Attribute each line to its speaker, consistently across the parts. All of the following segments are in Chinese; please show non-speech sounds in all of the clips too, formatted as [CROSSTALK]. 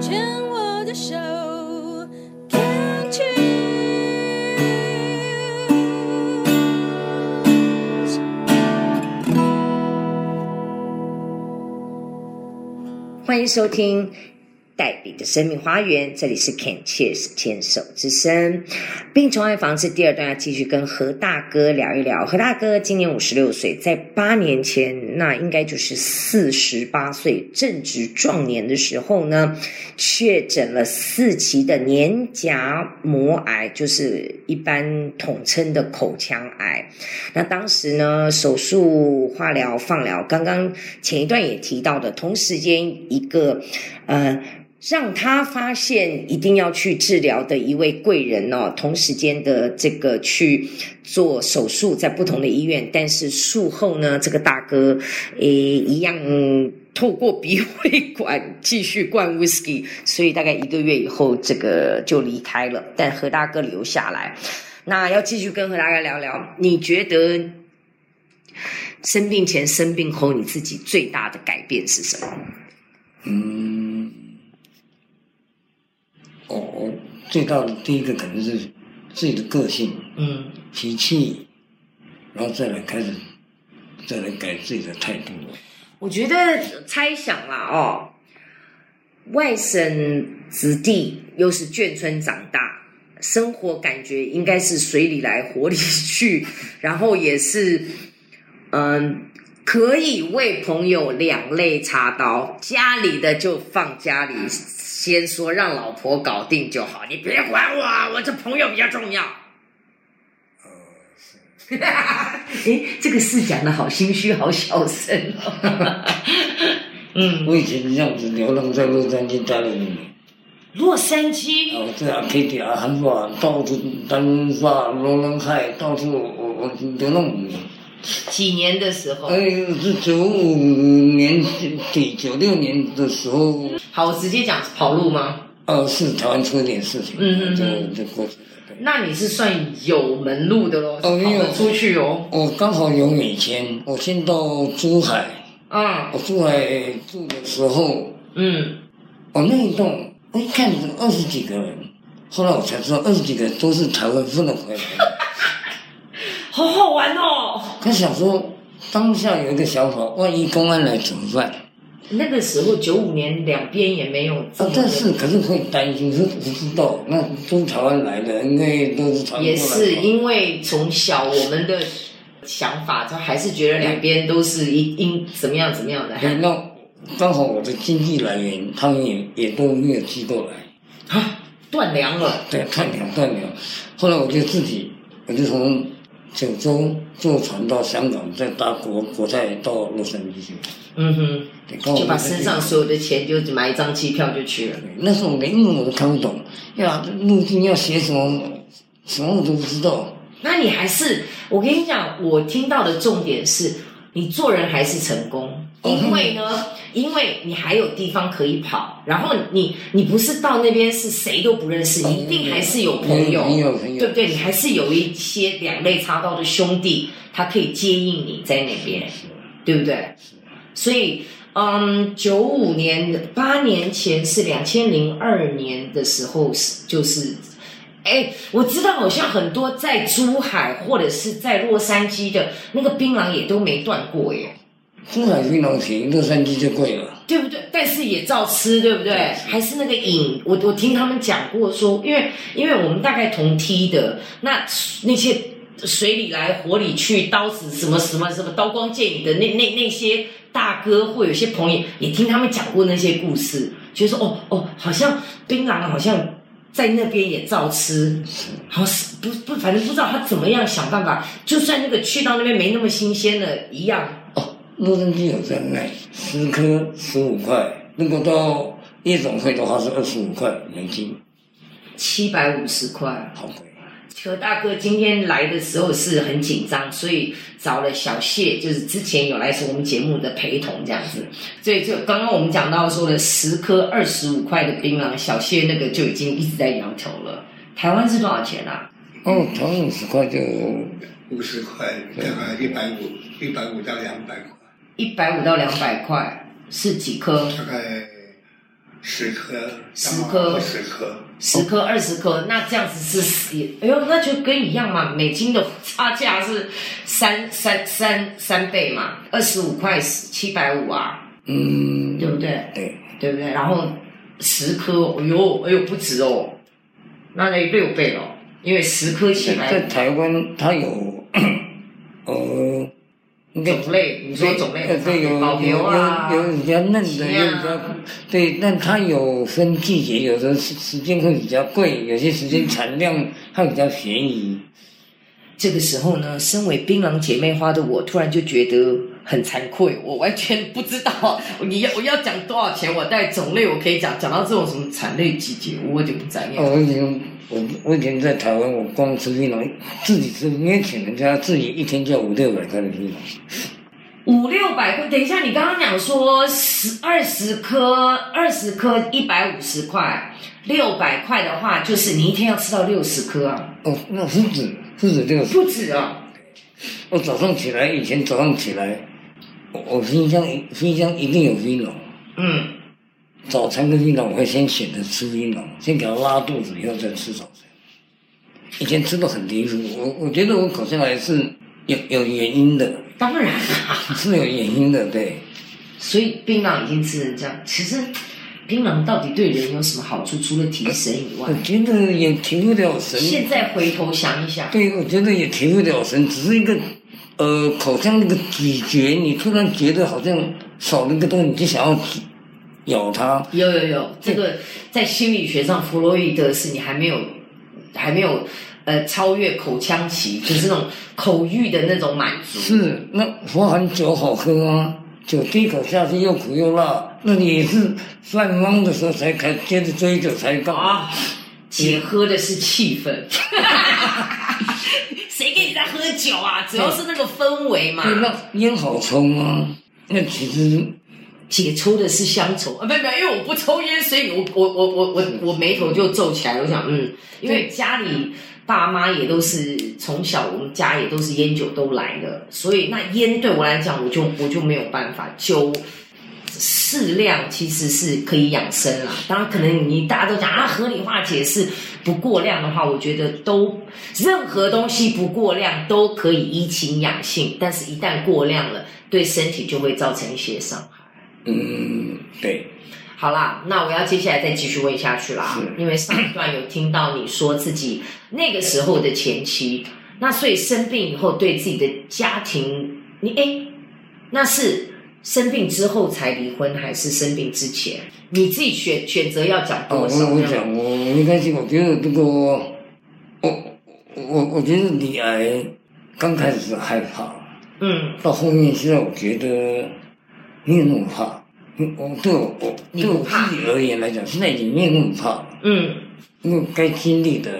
Speaker 1: 牵我的手，Can't you？
Speaker 2: 欢迎收听黛比的生命花园，这里是 Can Cheers 牵手之声。病虫害防治第二段要继续跟何大哥聊一聊。何大哥今年五十六岁，在八年前，那应该就是四十八岁正值壮年的时候呢，确诊了四期的黏颊膜癌，就是一般统称的口腔癌。那当时呢，手术、化疗、放疗，刚刚前一段也提到的，同时间一个呃。让他发现一定要去治疗的一位贵人哦，同时间的这个去做手术，在不同的医院，但是术后呢，这个大哥诶一样、嗯透过鼻胃管继续灌 whisky，所以大概一个月以后，这个就离开了，但何大哥留下来。那要继续跟何大哥聊聊，你觉得生病前、生病后你自己最大的改变是什么？
Speaker 3: 嗯，我我最大的第一个可能是自己的个性、
Speaker 2: 嗯
Speaker 3: 脾气，然后再来开始，再来改自己的态度。
Speaker 2: 我觉得猜想啦哦，外省子弟又是眷村长大，生活感觉应该是水里来火里去， [LAUGHS] 然后也是嗯。可以为朋友两肋插刀，家里的就放家里，先说让老婆搞定就好，你别管我，我这朋友比较重要。 [LAUGHS] 哎，呃这个事讲的好心虚，好小声哦。嗯，
Speaker 3: 我以前这样子流浪在洛杉矶待了五年，
Speaker 2: 洛杉矶
Speaker 3: 啊，我在阿 K 迪啊、韩国啊，到处丹萨、罗伦海，到处我我流浪五年。
Speaker 2: 几年的时候，
Speaker 3: 哎，是九五年底九六年的时候，
Speaker 2: 好，我直接讲跑路吗？
Speaker 3: 呃，是台湾出一点事情，
Speaker 2: 嗯嗯嗯
Speaker 3: 就就过去了。对
Speaker 2: 那你是算有门路的喽，
Speaker 3: 哦因为
Speaker 2: 跑得出去哦。
Speaker 3: 我刚好有美签，我先到珠海，
Speaker 2: 嗯
Speaker 3: 我珠海住的时候，
Speaker 2: 嗯，
Speaker 3: 我那一栋，我一看有二十几个人，后来我才知道二十几个人都是台湾分了回来的。
Speaker 2: [LAUGHS] 好好玩哦。
Speaker 3: 他想说，当下有一个想法，万一公安来怎么办？
Speaker 2: 那个时候九五年两边也没有这
Speaker 3: 啊
Speaker 2: 么，
Speaker 3: 但是可是会担心，说不知道，那都台湾来的，因为都是台湾过来的
Speaker 2: 也是因为从小我们的想法，就还是觉得两边都是一应怎么样怎么样的。
Speaker 3: 对，那刚好我的经济来源，他们也也都没有寄过来，
Speaker 2: 啊，断粮了。
Speaker 3: 对，断粮断粮。后来我就自己，我就从九州坐船到香港，再搭国国泰到洛杉矶去。
Speaker 2: 嗯哼。
Speaker 3: 对，刚好
Speaker 2: 就把
Speaker 3: 哦我在
Speaker 2: 身上
Speaker 3: 这
Speaker 2: 所有的钱就买一张机票就去了
Speaker 3: 里。对那时候我连英文我都看不懂，呀，路径要写什么，什么我都不知道。
Speaker 2: 那你还是，我跟你讲，我听到的重点是你做人还是成功，因为呢，因为你还有地方可以跑，然后你你不是到那边是谁都不认识，
Speaker 3: 哦
Speaker 2: 你一定还是
Speaker 3: 嗯
Speaker 2: 有朋友，
Speaker 3: 朋友朋友
Speaker 2: 对不对？你还是有一些两肋插刀的兄弟，他可以接应你在那边，对不对？所以，嗯，九五年八年前是两千零二年的时候，是就是，哎，我知道好像很多在珠海或者是在洛杉矶的那个槟榔也都没断过耶，
Speaker 3: 珠海槟榔便宜，洛杉矶就贵了。
Speaker 2: 对不对？但是也照吃，对不对？还是那个瘾，我我听他们讲过说，因为因为我们大概同梯的，那那些水里来火里去，刀子什么什么什么刀光剑影的那那那些大哥或有些朋友，也听他们讲过那些故事，觉得说哦哦，好像槟榔好像。在那边也照吃，好是不不，反正不知道他怎么样想办法。就算那个去到那边没那么新鲜了，一样
Speaker 3: 哦，洛杉矶有在卖，十颗十五块，那个到夜总会的话是二十五块美金，
Speaker 2: 七百五十块。
Speaker 3: 好贵。
Speaker 2: 何大哥今天来的时候是很紧张，所以找了小谢，就是之前有来我们节目的陪同这样子。所以就刚刚我们讲到说的十颗二十五块的槟榔，小谢那个就已经一直在摇头了。台湾是多少钱啊？
Speaker 3: 哦，台湾五十块就
Speaker 4: 五十块，大概一百五，一百五到两百块，
Speaker 2: 一百五到两百块是几颗？
Speaker 4: 大概十颗，
Speaker 2: 十颗
Speaker 4: 十颗，
Speaker 2: 十颗、二十颗，那这样子是十，哎呦，那就跟一样嘛，美金的差价是三三三三倍嘛，二十五块七百五啊，
Speaker 3: 嗯，
Speaker 2: 对不对？
Speaker 3: 对，
Speaker 2: 对不对？然后十颗，哎呦，哎呦，不止哦，那得六倍哦，因为十颗七百
Speaker 3: 在
Speaker 2: 五
Speaker 3: 台湾它有， [COUGHS] 呃，应该
Speaker 2: 种类，你说种类
Speaker 3: 呃
Speaker 2: 很
Speaker 3: 对，有
Speaker 2: 多，保留啊
Speaker 3: 有，有有比较嫩的，
Speaker 2: 皮
Speaker 3: 有比较
Speaker 2: 啊
Speaker 3: 对，但它有分季节，有的时时间会比较贵，有些时间产量它比较便宜。
Speaker 2: 这个时候呢，身为槟榔姐妹花的我，突然就觉得很惭愧，我完全不知道 [LAUGHS] 你要我要讲多少钱，我带种类我可以讲，讲到这种什么产类季节，我就不在意
Speaker 3: 哦，。我以前我我以前在台湾，我光吃槟榔自己吃，没有请人家，自己一天就五六百块的槟榔。
Speaker 2: 五六百块，等一下，你刚刚讲说十二十颗，二十颗一百五十块，六百块的话，就是你一天要吃到六十颗啊，
Speaker 3: 哦，那不止不止六十，
Speaker 2: 不止啊！
Speaker 3: 我早上起来以前早上起来，我我冰箱冰箱一定有槟榔。
Speaker 2: 嗯，
Speaker 3: 早餐跟槟榔，我会先选择吃槟榔，先给它拉肚子，以后再吃早餐。以前吃的很离谱，我我觉得我口腔癌是有有原因的，
Speaker 2: 当然啦、 [LAUGHS]
Speaker 3: 是有原因的，对。
Speaker 2: 所以槟榔已经吃成这样，其实槟榔到底对人有什么好处？除了提神以外
Speaker 3: 我，觉得也提不了神，
Speaker 2: 现在回头想一想，
Speaker 3: 对，我觉得也提不了神，只是一个呃口腔那个咀嚼，你突然觉得好像少了一个东西，你就想要咀咬它。
Speaker 2: 有有有，这个在心理学上，弗洛伊德是你还没有还没有呃超越口腔期，就是那种口欲的那种满足。
Speaker 3: 是，那佛含酒好喝啊，酒第一口下去又苦又辣，那你是饭懵的时候才开接着追酒才高啊。
Speaker 2: 啊，姐喝的是气氛。 [LAUGHS] 谁跟你在喝酒啊？主要是那个氛围嘛。
Speaker 3: 对，那烟好抽啊，那其实
Speaker 2: 姐抽的是乡愁啊，没有没有，因为我不抽烟，所以我我我我我我眉头就皱起来，我想嗯，因为家里爸妈也都是从小我们家也都是烟酒都来的，所以那烟对我来讲，我就我就没有办法酒。适量其实是可以养生啦，当然可能你大家都讲啊，合理化解释不过量的话，我觉得都任何东西不过量都可以怡情养性，但是一旦过量了，对身体就会造成一些伤害。
Speaker 3: 嗯，对，
Speaker 2: 好啦，那我要接下来再继续问下去啦，
Speaker 3: 是
Speaker 2: 因为上一段有听到你说自己那个时候的前妻，那所以生病以后对自己的家庭，你哎、那是生病之后才离婚，还是生病之前？你自己选选择要讲多
Speaker 3: 哦，
Speaker 2: 少
Speaker 3: 我我
Speaker 2: 呢？
Speaker 3: 讲我没关系，我觉得这个我我我觉得你癌刚开始是害怕，
Speaker 2: 嗯，
Speaker 3: 到后面现在我觉得没有那么怕。嗯我对我我
Speaker 2: 你
Speaker 3: 对
Speaker 2: 不
Speaker 3: 我
Speaker 2: 怕
Speaker 3: 自己而言来讲，现在已经没有那么怕了。
Speaker 2: 嗯，
Speaker 3: 因为该经历的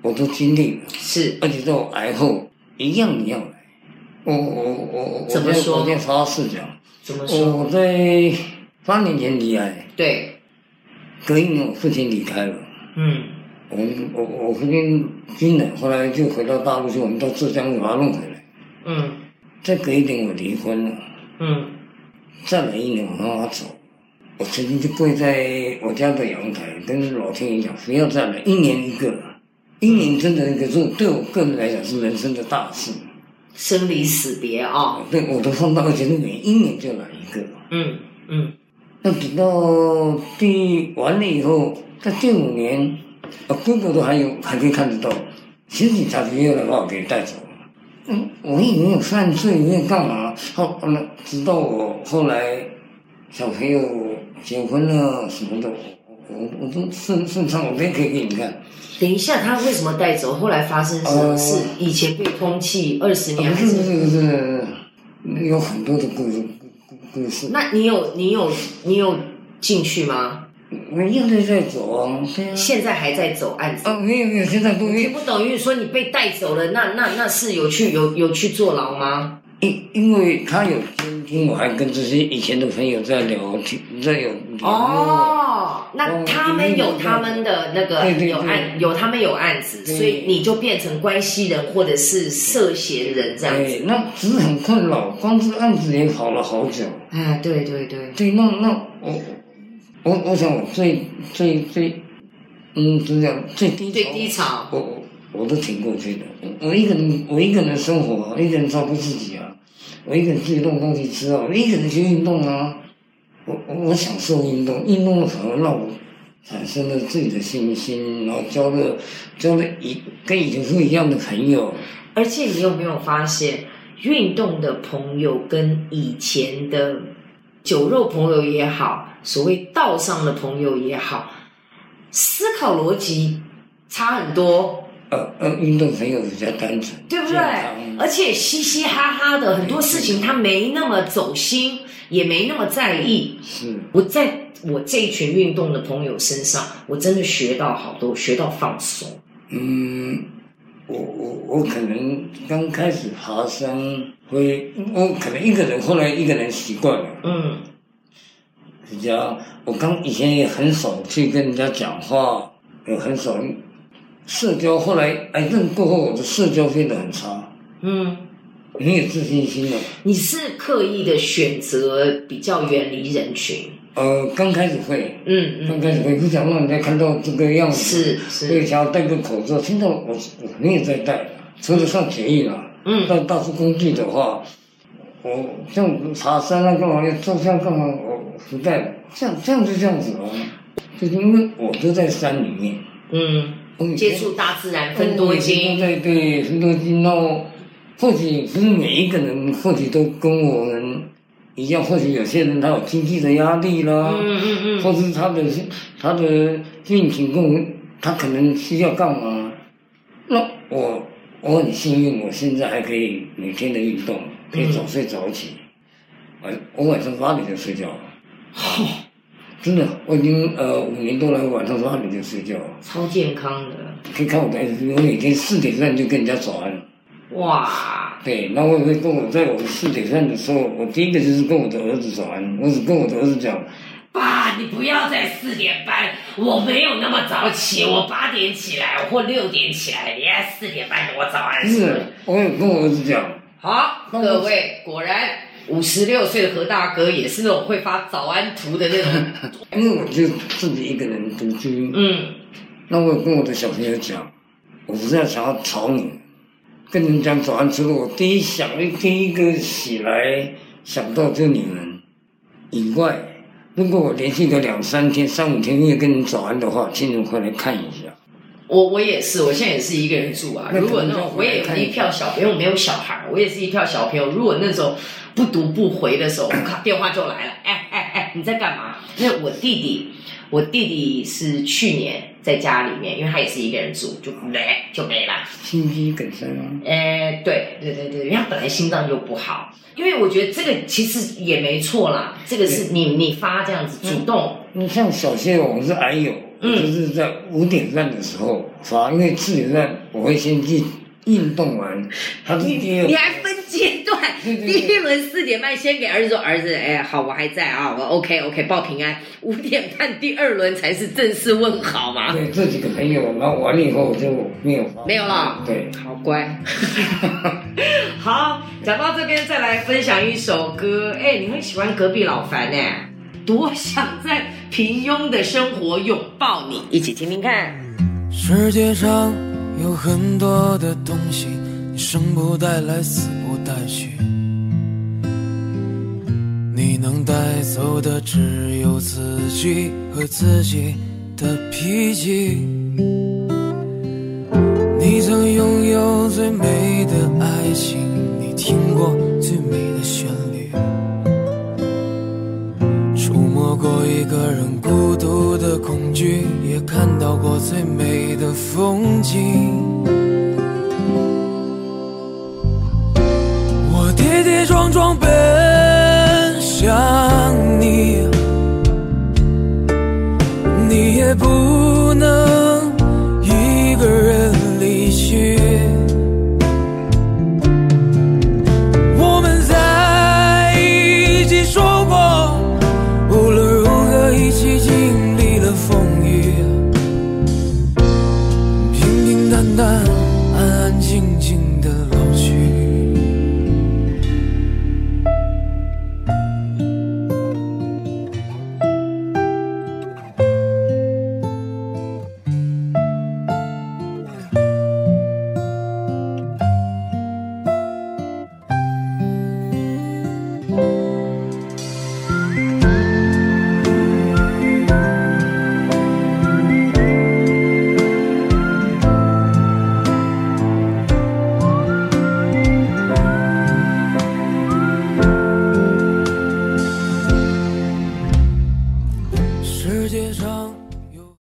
Speaker 3: 我都经历了，
Speaker 2: 是
Speaker 3: 而且在我癌后一样一样来。我我我我
Speaker 2: 怎么说
Speaker 3: 我在发誓讲，
Speaker 2: 怎么说？
Speaker 3: 我在八年前离癌，
Speaker 2: 对，
Speaker 3: 隔一年我父亲离开了。
Speaker 2: 嗯，
Speaker 3: 我们我我父亲军人，后来就回到大陆去，我们到浙江去把他弄回来。
Speaker 2: 嗯，
Speaker 3: 再隔一年我离婚了，
Speaker 2: 嗯，
Speaker 3: 再来一年我妈妈走了，我曾经就跪在我家的阳台跟老天爷讲，不要再来，一年一个了，一年真的一个，是对我个人来讲是人生的大事。
Speaker 2: 生离死别啊、
Speaker 3: 对，我都放到而且那每一年就来一个。
Speaker 2: 嗯嗯，
Speaker 3: 那等到第完了以后，在第五年，啊，哥哥都还有还可以看得到，其实警察局又来把我给带走了。嗯，我也没有犯罪，没有干嘛。后后来，直到我后来小朋友结婚了什么的，我我我都顺顺畅，我都可以给你看。
Speaker 2: 等一下，他为什么带走？后来发生什么事？
Speaker 3: 哦
Speaker 2: 以前被通缉二十年
Speaker 3: 不
Speaker 2: 还
Speaker 3: 哦是不是
Speaker 2: 是？
Speaker 3: 不是，有很多的故事故故事。
Speaker 2: 那你有你有你有进去吗？
Speaker 3: 我一直在走啊，对啊。
Speaker 2: 现在还在走案子？
Speaker 3: 啊，没有没有，现在不
Speaker 2: 我
Speaker 3: 没有
Speaker 2: 听不懂，因为说你被带走了，那那那是有去有有去坐牢吗？
Speaker 3: 因因为他有监听，我还跟这些以前的朋友在聊天，在有聊
Speaker 2: 哦，那
Speaker 3: 哦
Speaker 2: 他们有他们的那个
Speaker 3: 对对对
Speaker 2: 有案有他们有案子，
Speaker 3: 对
Speaker 2: 所以你就变成关系人或者是涉嫌人这样
Speaker 3: 哎
Speaker 2: 子。，
Speaker 3: 那只是很困扰，光这个案子也跑了好久。
Speaker 2: 哎，对对对，
Speaker 3: 对，那那我我我想我最最最，嗯，怎么讲最低
Speaker 2: 最
Speaker 3: 潮
Speaker 2: 低潮，
Speaker 3: 我我我都挺过去的。我我一个人，我一个人生活，我一个人照顾自己啊，我一个人自己弄东西吃啊，我一个人去运动啊。我我我享受运动，运动的时候让我产生了自己的信心，然后交了交了一跟以前不一样的朋友。
Speaker 2: 而且你有没有发现，运动的朋友跟以前的酒肉朋友也好，所谓道上的朋友也好，思考逻辑差很多，
Speaker 3: 呃呃，运动朋友比较单纯，
Speaker 2: 对不对
Speaker 3: 健康？
Speaker 2: 而且嘻嘻哈哈的很多事情，他没那么走心，也没那么在意。
Speaker 3: 是
Speaker 2: 我在我这一群运动的朋友身上，我真的学到好多，学到放松。
Speaker 3: 嗯，我我我可能刚开始爬山会，我可能一个人，后来一个人习惯了。
Speaker 2: 嗯
Speaker 3: 比较，我刚以前也很少去跟人家讲话，也很少社交。后来癌症过后，我的社交变得很差，
Speaker 2: 嗯。
Speaker 3: 没有自信心了。
Speaker 2: 你是刻意的选择比较远离人群，
Speaker 3: 呃，刚开始会，
Speaker 2: 嗯
Speaker 3: 刚
Speaker 2: 嗯，
Speaker 3: 开始会不想让人家看到这个样子，
Speaker 2: 是
Speaker 3: 所以
Speaker 2: 是，
Speaker 3: 想要戴个口罩。现在我我没有在戴了，除了上学艺了。
Speaker 2: 嗯
Speaker 3: 到大数工具的话，我像爬山啊干嘛要照相干嘛，我不带，这样这样就这样子啊，就是因为我都在山里面，
Speaker 2: 嗯，
Speaker 3: 我以前
Speaker 2: 接触大自然，分多
Speaker 3: 嗯
Speaker 2: 金，
Speaker 3: 对对，分多金。然后或许不是每一个人，或许都跟我们一样，或许有些人他有经济的压力啦，
Speaker 2: 嗯嗯
Speaker 3: 或
Speaker 2: 嗯，
Speaker 3: 是他的他的病情跟我，他可能需要干嘛？那我我很幸运，我现在还可以每天的运动，可以早睡早起，晚、我晚上八点就睡觉了。真的，我已经呃五年多来晚上八点就睡觉了。
Speaker 2: 超健康的，
Speaker 3: 可以看我的 FB，我每天四点半就跟人家早安。
Speaker 2: 哇，
Speaker 3: 对，那我也会跟我在我四点半的时候，我第一个就是跟我的儿子早安，我只跟我的儿子讲，
Speaker 2: 爸，你不要再四点半，我没有那么早起，我八点起来或六点起来，你看四点半我早安
Speaker 3: 不是，我有跟我儿子讲，
Speaker 2: 好，各位果然。五十六岁的何大哥也是那种会发早安图的那 [LAUGHS] 种，
Speaker 3: 因为我就自己一个人独居，
Speaker 2: 嗯
Speaker 3: 那我有跟我的小朋友讲，我不是要想要吵你，跟你们讲早安，除了我第一想第一个起来想到就你们以外，如果我连续个两三天、三五天没有跟你们早安的话，请你们回来看一下。
Speaker 2: 我我也是，我现在也是一个人住啊。
Speaker 3: 那
Speaker 2: 如果
Speaker 3: 可能
Speaker 2: 那
Speaker 3: 要
Speaker 2: 种
Speaker 3: 回
Speaker 2: 我也
Speaker 3: 来
Speaker 2: 有
Speaker 3: 看
Speaker 2: 一
Speaker 3: 一
Speaker 2: 票
Speaker 3: 下
Speaker 2: 小朋友没有小孩儿，我也是一票小朋友。如果那种不读不回的时
Speaker 3: [CLEARS THROAT]
Speaker 2: 候，咔电话就来了，哎哎哎，你在干嘛？因为我弟弟，我弟弟是去年在家里面，因为他也是一个人住，就没就没了。
Speaker 3: 心肌梗塞啊吗？
Speaker 2: 哎，对对对对，因为他本来心脏就不好，因为我觉得这个其实也没错啦，这个是你你发这样子主动，
Speaker 3: 你像小谢，我是癌友，
Speaker 2: 嗯
Speaker 3: 我就是在五点半的时候发，因为四点半我会先去运动完，他是第二
Speaker 2: 你，还分阶段，
Speaker 3: 对对
Speaker 2: 第
Speaker 3: 对
Speaker 2: 一轮四点半先给儿子说，儿子，哎，好，我还在啊，我 OK OK 报平安。五点半第二轮才是正式问好嘛，
Speaker 3: 对这几个朋友，然后完了以后我就没有发，
Speaker 2: 没有了
Speaker 3: 对，
Speaker 2: 好
Speaker 3: [LAUGHS]
Speaker 2: 乖。好，讲到这边再来分享一首歌，哎，你很喜欢隔壁老樊哎、多想在平庸的生活拥抱你，一起听听看。
Speaker 5: 世界上有很多的东西，你生不带来，死不带去。你能带走的只有自己和自己的脾气。你曾拥有最美的爱情，你听过最美的旋律，触摸过一个人孤独的恐惧，也看到过最美的风景。我跌跌撞撞奔向你，你也不能一个人离去。